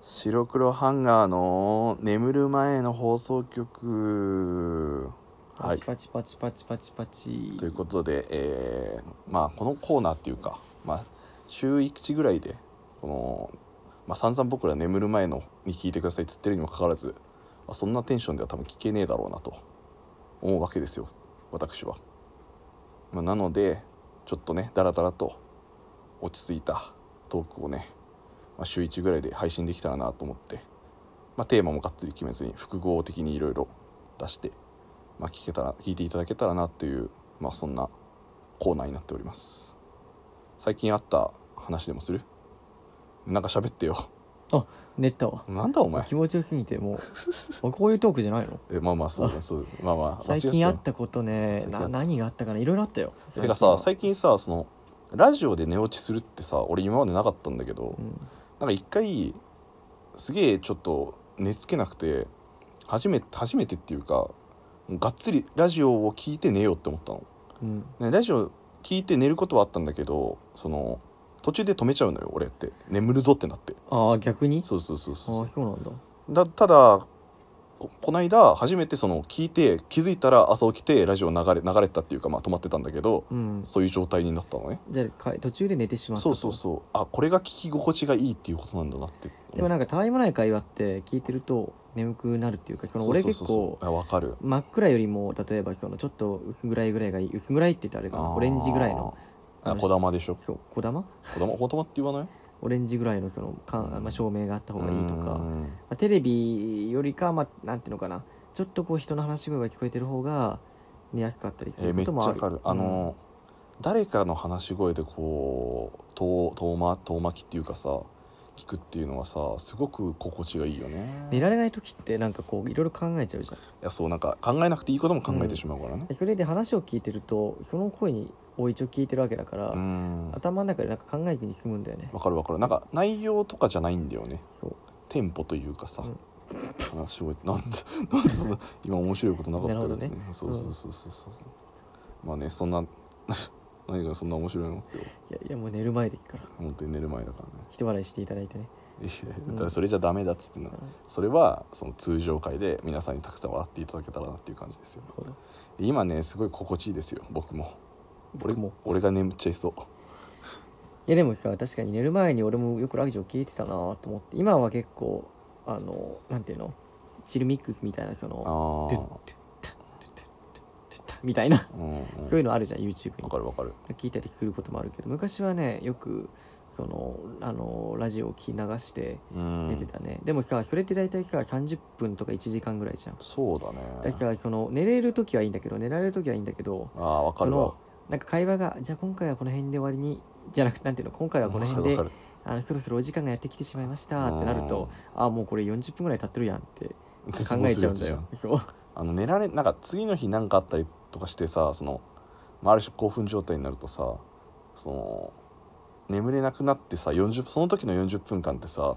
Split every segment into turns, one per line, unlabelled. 白黒ハンガーの眠る前の放送局は
パ
い
チパチパチパチパチパチ
ということで、えーまあこのコーナーっていうか、まあ、週1ぐらいでこの、まあ、散々僕ら眠る前のに聞いてくださいっつってるにもかかわらず、まあ、そんなテンションでは多分聞けねえだろうなと思うわけですよ私は、まあ、なのでちょっとねダラダラと落ち着いたトークをね、まあ、週1ぐらいで配信できたらなと思って、まあ、テーマもがっつり決めずに複合的にいろいろ出してまあ、聞けたら聞いていただけたらなという、まあ、そんなコーナーになっております最近あった話でもするなんか喋ってよ
あ練ったわ
なんだお前
気持ちよすぎて もうあこういうトークじゃないの
えまあまあそうだそうまあまあ
最近あっ
間違
たこと
最近
ね
あ
な
った
何があったかないろいろあったよ
てかさ最近さそのラジオで寝落ちするってさ俺今までなかったんだけど、
うん
なんか一回すげえちょっと寝つけなくて初めて初めてっていうかもうがっつりラジオを聞いて寝ようって思ったの
うん
ね、ラジオ聞いて寝ることはあったんだけどその途中で止めちゃうのよ俺って眠るぞってなって
ああ逆に
そうそうそう
ああ
そ
ー
う
そうなんだ
だただここないだ初めてその聞いて気づいたら朝起きてラジオ流れ流れてたっていうかまあ止まってたんだけど
うん
そういう状態になったのね
じゃあか途中で寝てしまった
そうそう
う
そうあこれが聞き心地がいいっていうことなんだなって
でもなんかたわいもない会話って聞いてると眠くなるっていうかその俺結構
あわかる
真っ暗よりも例えばそのちょっと薄暗いぐらいがいい薄暗いって言ったらあれか
あ
な
ー
オレンジぐらいの
あ小玉でしょ
そう小玉
小玉小玉って言わない
オレンジぐらいのそのか、まあ、照明があった方がいいとか、
う
ま
ん
あ、テレビよりか、まあ、なんていうのかなちょっとこう人の話し声が聞こえてる方が寝やすかったりす
えー
る
め
こ
っちゃ
ともある
わかるあの、誰かの話し声でこう遠遠ま遠巻きっていうかさ聞くっていうのはさすごく心地がいいよね
寝
い
られない時ってなんかこういろいろ考えちゃうじゃん
やそうなんか考えなくていいことも考えてしまうからね
でそれで話を聞いてるとその声にお一応聞いてるわけだから、
うんわ、
頭の中でなんか考えずに済むんだよね
かるわかるなんか内容とかじゃないんだよね
そう
テンポというかさ、
うん
話し声なんて なんてそんな今面白いことなかったやつね
なる
そうそうそうそうそう、まあねそんな 何がそんな面白いの今日
いやいやもう寝る前ですから
本当に寝る前だからね
人笑いしていただいてね
いや
うん
だからそれじゃダメだっつってんの、
うん
それはその通常会で皆さんにたくさん笑っていただけたらなっていう感じですよ
ほら
今ねすごい心地いいですよ僕も俺
僕も
俺が眠っちゃいそう
いやでもさ確かに寝る前に俺もよくラジオ聞いてたなと思って今は結構あのなんていうのチルミックスみたいなその
あ
ドゥッ
あ
ドゥッドゥッドゥッドゥッドゥッドゥッみたいな
うん、うん、
そういうのあるじゃん YouTube
わ
に
かるわかる
聞いたりすることもあるけど昔はねよくそのあのラジオを聞き流して
うん
寝てたね、でもさそれって大体さ30分とか1時間ぐらいじゃん
そうだ
だ
ね
からさその寝れる時はいいんだけど寝られる時はいいんだけど
ああわか
そ
るわ
のなんか会話がじゃあ今回はこの辺で終わりにじゃなくてなんていうの今回はこの辺
わ
で
かる
あのそろそろお時間がやってきてしまいまし
わかる
たってなるとあもうこれ40分ぐらい経ってるやんって
うん
考えちゃうんだよそう
あの寝られなんか次の日何かあったりとかしてさその、まあ、ある種興奮状態になるとさその眠れなくなってさ40その時の40分間ってさ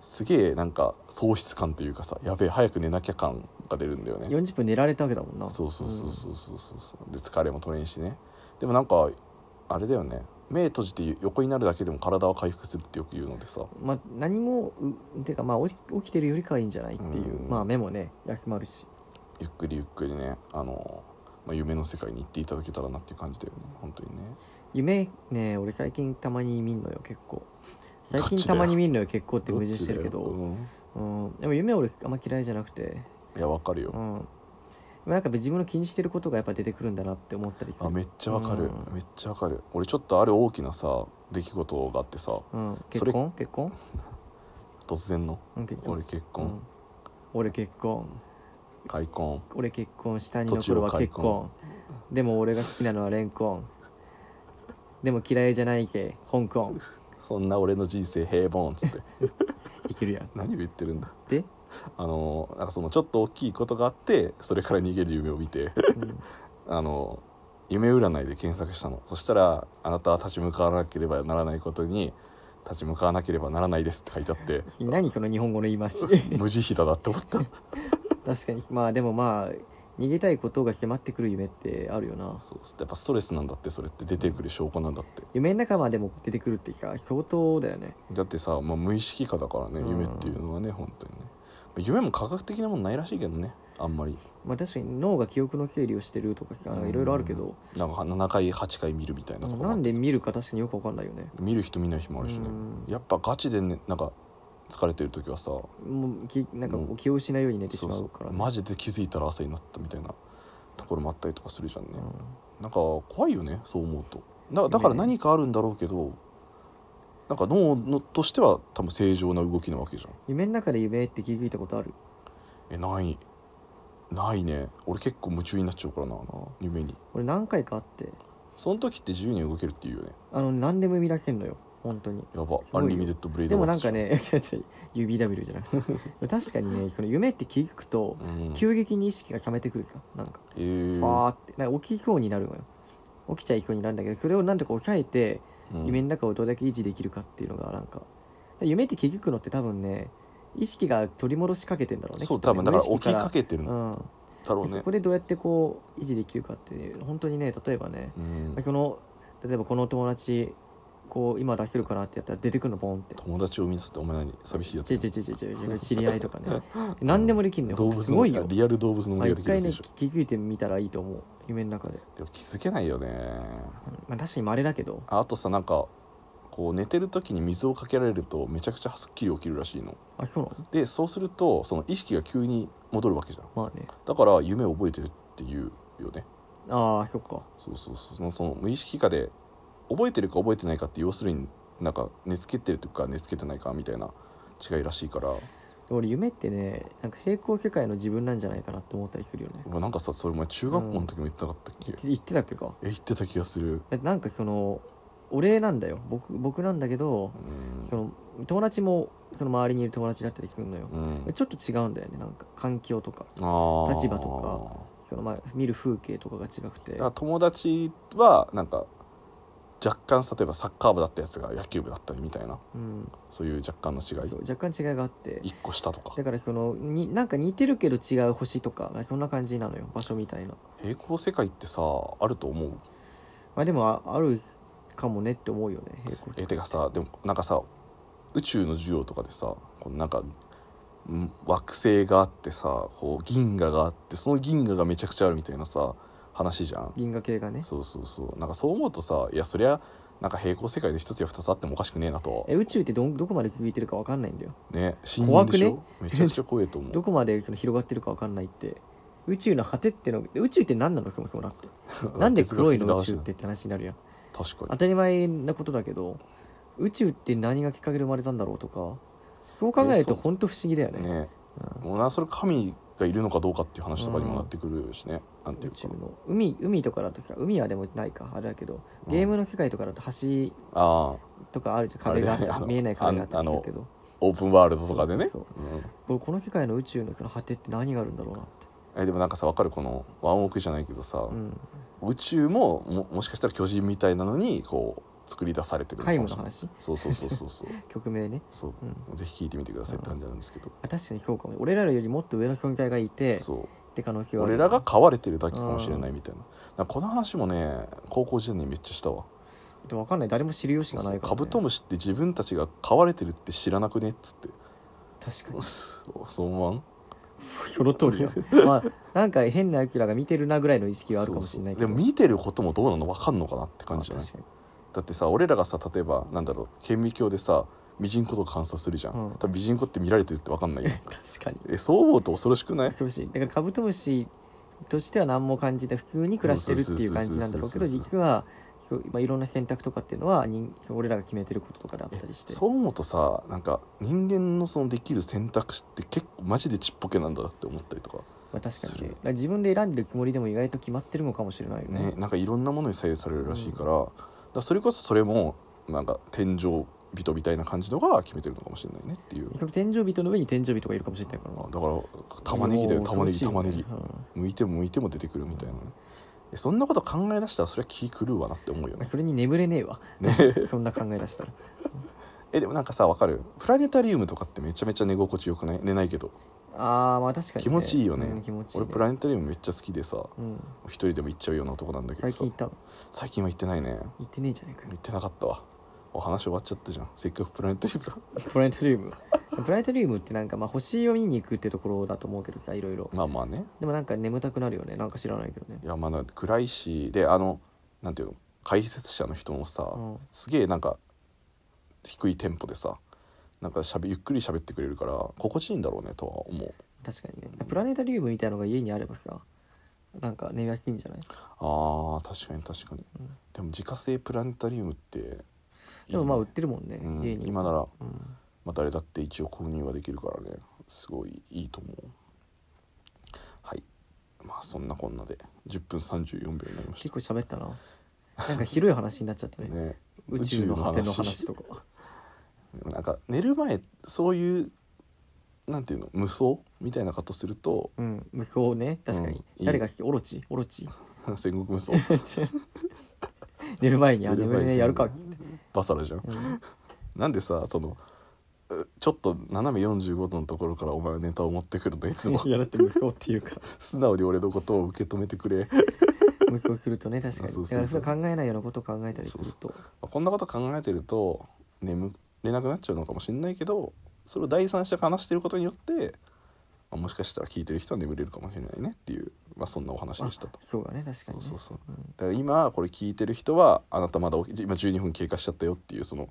すげえなんか喪失感というかさやべえ早く寝なきゃ感が出るんだよね
40分寝られたわけだもんな
そうそうそうそううそうそうそうで疲れも取れんしねでもなんかあれだよね目閉じて横になるだけでも体は回復するってよく言うのでさ
んまあ何もうてかまあ起き起きてるよりかはいいんじゃないっていう
うん
まあ目もね休まるし
ゆっくりゆっくりねあの、まあ、夢の世界に行っていただけたらなっていう感じだよね本当にね
夢ね俺最近たまに見んのよ結構最
どっ
近
ちだ
た
よ
まに見んのよ結構って矛盾
っち
して
だよ
るけど
うん
うんでも夢俺あんま嫌いじゃなくて
いやわかるよ、
うんでもなんか自分の気にしてることがやっぱ出てくるんだなって思ったりする
あめっちゃわかる、
うん
めっちゃわかる俺ちょっとある大きなさ出来事があってさ
うん、
そ
結
れ
婚結婚
突然の
うん結婚
俺結
う
婚
ん、俺結婚
開墾
俺結婚下に残るは結婚でも俺が好きなのはレンコンでも嫌いじゃないけ香港
そんな俺の人生平凡っつって
いけるやん
何を言ってるんだ
で、
あのなんかそのちょっと大きいことがあってそれから逃げる夢を見て
うん
あの夢占いで検索したのそしたらあなたは立ち向かわなければならないことに立ち向かわなければならないですって書いてあって
何その日本語の言い回し
無慈悲だなって思った
確かにまあでもまあ逃げたいことが迫ってくる夢ってあるよな
そうやっぱストレスなんだってそれって出てくる証拠なんだって
夢の中までも出てくるってさ相当だよね
だってさ、まあ、無意識化だからね
うん
夢っていうのはね、本当にね夢も科学的なもんないらしいけどねあんまり
まあ確かに脳が記憶の整理をしてるとかさいろいろあるけど、
なんか7回8回見るみたいなところ
なんで見るか確かによくわかんないよね
見る人見ない人もあるしね
うん
やっぱガチでねなんか疲れてる時はさ
もうきなんかこ
うん
う気を失うように寝てしま
そうう
か
そ
ら
う
ね、
マジで気づいたら朝になったみたいなところもあったりとかするじゃんね、
うん
なんか怖いよねそう思うとだだから何かあるんだろうけどなんか脳のとしては多分正常な動きなわけじゃん
夢の中で夢って気づいたことある
えないないね俺結構夢中になっちゃうからな夢に
俺何回かあって
その時って自由に動けるっていうよね
あの何でも生み出せんのよ本当に
やば
す
ア
ごいよ
ンリミテッドブレイ
で
ド
も
ワ
な
ー
ん
クス
かね いや違う UBW じゃなくて 確かにねその夢って気づくと
うん
急激に意識が覚めてくるさなんか
えー
わーってなんか起きそうになるのよ起きちゃいそうになるんだけどそれをなんとか抑えて
うん
夢の中をどれだけ維持できるかっていうのがなんか夢って気づくのって多分ね意識が取り戻しかけてんだろうね
そう
きっと
多
ね
分だから
無
起
意識
きかけてるんだ
うん
ろう
そ
ね
こでどうやってこう維持できるかっていう本当にね例えばね、
うん
その例えばこの友達こう今出せるかなってやったら出てくるのボンって
友達を生み出すってお前何寂しいやつ
ちいちいちいちいちい知り合いとかね 何でもできるのよ
動物
すごいよ
のリアル動物の
まあ
森がで
一
きるわ
回
け
ね
でしょ
気気づいてみたらいいと思う夢の中で、
でも気づけないよね
まあ、確かに稀だけど
ああとさなんかこう寝てる時に水をかけられるとめちゃくちゃすっきり起きるらしいの
あそうなの
でそうするとその意識が急に戻るわけじゃん
まあね
だから夢を覚えてるっていうよね
ああそっか
そうそうそうそのその無意識下で覚えてるか覚えてないかって要するになんか寝つけてるとか寝つけてないかみたいな違いらしいから
で俺夢ってねなんか平行世界の自分なんじゃないかなって思ったりするよね
うわなんかさそれお前中学校の時も言ってなかったっけ、
言って言ってたっけか
え言ってた気がする
だってなんかその俺なんだよ僕僕なんだけど
うん
その友達もその周りにいる友達だったりするのよ
うん
ちょっと違うんだよねなんか環境とか
あー
立場とそのまあ見る風景とかが違くて
だから友達はなんか若干例えばサッカー部だったやつが野球部だったりみたいな
うん
そういう若干の違い
そう若干違いがあって
一個下とか
だからそのになんか似てるけど違う星とかそんな感じなのよ場所みたいな
平行世界ってさあると思う
まあでもああるかもねって思うよね平行世
え
界
てかさでもなんかさ宇宙の授業とかでさこのなんかん惑星があってさこう銀河があってその銀河がめちゃくちゃあるみたいなさ話じゃん
銀河系がね
そうそうそうなんかそう思うとさいやそりゃなんか平行世界で一つや二つあってもおかしくねえなと
え宇宙ってどんどこまで続いてるかわかんないんだよ
ね深淵でしょ、
怖
めちゃくちゃ怖えと思
ど
う
こまでその広がってるかわかんないって宇宙の果てっての宇宙って何なのそもそもだってなんで黒いの宇宙ってって話になるやん
確か
当
に
たり前なことだけど宇宙って何がきっかけで生まれたんだろうとかそう考え
え
る
そう
と本当不思議だよね
ね
うん
もうなそれ神がいるのかどうかっていう話とかにもなってくるしね、なんてい
宇
うか
宙の海海とかだとさ海はでもないかあれだけど
うん
ゲームの世界とかだと橋
ああ
とかあるじゃん壁があった
あれだよねあの
り見えない壁があったりするけど
オープンワールドとかでね
そう
うん
これこの世界の宇宙のその果てって何があるんだろうなって
えでもなんかさわかるこのワンオクじゃないけどさ、
うん
宇宙もももしかしたら巨人みたいなのにこう作り出されてる
皆無の
ない
話
そうそうそうそう そう
曲名ね
そう
うん
ぜひ聞いてみてくださいって感じなんですけど、
あ確かにそうかも俺らよりもっと上の存在がいて
そ
って可能性
う
はある
俺らが飼われてるだけかもしれないみたいな,、なんかこの話もね高校時代にめっちゃしたわ
でも分かんない誰も知る由
そ
が
う
ないから、ね、
カブトムシって自分たちが飼われてるって知らなくねっつって
確か
うっ
に
すそのまん
その通りや まあなんか変なやつらが見てるなぐらいの意識はあるかもしれないけど
そうそうでも見てることもどうなのわかんのかなって感じじゃない
まあ確か
だってさ俺らがさ例えばなんだろう顕微鏡でさミジンコとか観察するじゃん、
うん
多分ミジンコって見られてるってわかんないよ
に確かに
えそう思うと恐ろしくない
恐ろしいだからカブトムシとしては何も感じて普通に暮らしてるっていう感じなんだろうけど
そうそうそうそう
実はそう、まあ、いろんな選択とかっていうのは人そう俺らが決めてることとかだっ
え
たりして
そう思うとさなんか人間のそのできる選択肢って結構マジでちっぽけなんだなって思ったりとか
まあ、確か
す
に
る
ねだから自分で選んでるつもりでも意外と決まってるのかもしれないよね
ねなんかいろんなものに左右されるらしいから,、だからそれこそそれもなんか天井人みたいな感じのが決めてるのかもしれないねっていう
その天井人の上に天井人がいるかもしれないから
あ
な
だから玉ねぎだよ
もう
玉ねぎ
恐
玉
ろし
ね
い
ぎ
よね
向いても向いても出てくるみたいなねえそんなこと考え出したらそれは気狂うわなって思うよ
うん
ね
それに眠れねえわ
ね
そんな考え出したら
えでもなんかさわかるプラネタリウムとかってめちゃめちゃ寝心地よくない寝ないけど
ああまあ確かに、
気持ちいいよね,、
うん気持ちいいね
俺プラネタリウムめっちゃ好きでさ
うん
一人でも行っちゃうような男なんだけど
最
さ
近行ったの
最近は行ってないね
行ってねえじゃねえか
行
よ
ってなかったわお話終わっちゃったじゃんせっかくプラネタリウム が
プラネタリウムプラネタリウムってなんか、まあ、星を見に行くってところだと思うけどさいろいろ
まあまあね
でもなんか眠たくなるよねなんか知らないけどね
いやまあなんか暗いしであのなんていうの解説者の人もさ、
うん
すげえなんか低いテンポでさなんかしゃべゆっくり喋ってくれるから心地いいんだろうねとは思う
確かにねプラネタリウムみたいのが家にあればさなんか寝やすいんじゃない
あー確かに確かに、
うん
でも自家製プラネタリウムっていいね
でもまあ売ってるもんね
うん
家に
今なら、
うん
まあ、誰だって一応購入はできるからねすごいいいと思うはいまあそんなこんなで10分34秒になりまし
結
た
構喋ったななんか広い話になっちゃったね
ね
宇宙の果ての話とか
なんか寝る前そういうなんていうの無双みたいなことすると
うん無双ね確か
うんい
に、
い
誰が好きオロチオロチ
戦国無双
寝る前に「あ
寝る前に
眠れねえやるか」っ
そ
つって、
バサラじゃん
うん
なんでさそのうちょっと斜め45度のところからお前はネタを持ってくるのいつ も
いやだって無双っていうか
素直に俺のことを受け止めてくれ
無双するとね確かに
そう
だ
そ
か
う
ら普段考えないようなことを考えたりすると
こんなこと考えてると眠れなくなっちゃうのかもしれないけどそれを第三者が話してることによって、まあもしかしたら聞いてる人は眠れるかもしれないねっていう、まあ、そんなお話でしたと
あ。そうだね確かに、ね、
そうそうそう
うん
だから今これ聞いてる人はあなたまだ起き今12分経過しちゃったよっていうその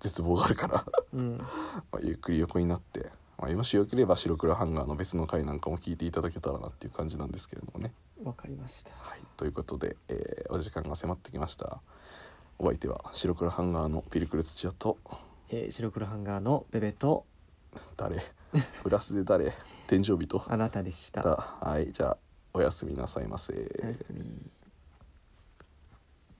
絶望があるから
うん、
まあゆっくり横になって、まあ、もしよければ白黒ハンガーの別の回なんかも聞いていただけたらなっていう感じなんですけれどもね。
わかりました
はい、ということで、えーお時間が迫ってきました。お相手は白黒ハンガーのピルクル土屋と
えー白黒ハンガーのベベと
誰 プラスで誰天井人
あなたでした
だはいじゃあおやすみなさいませ。
おやすみ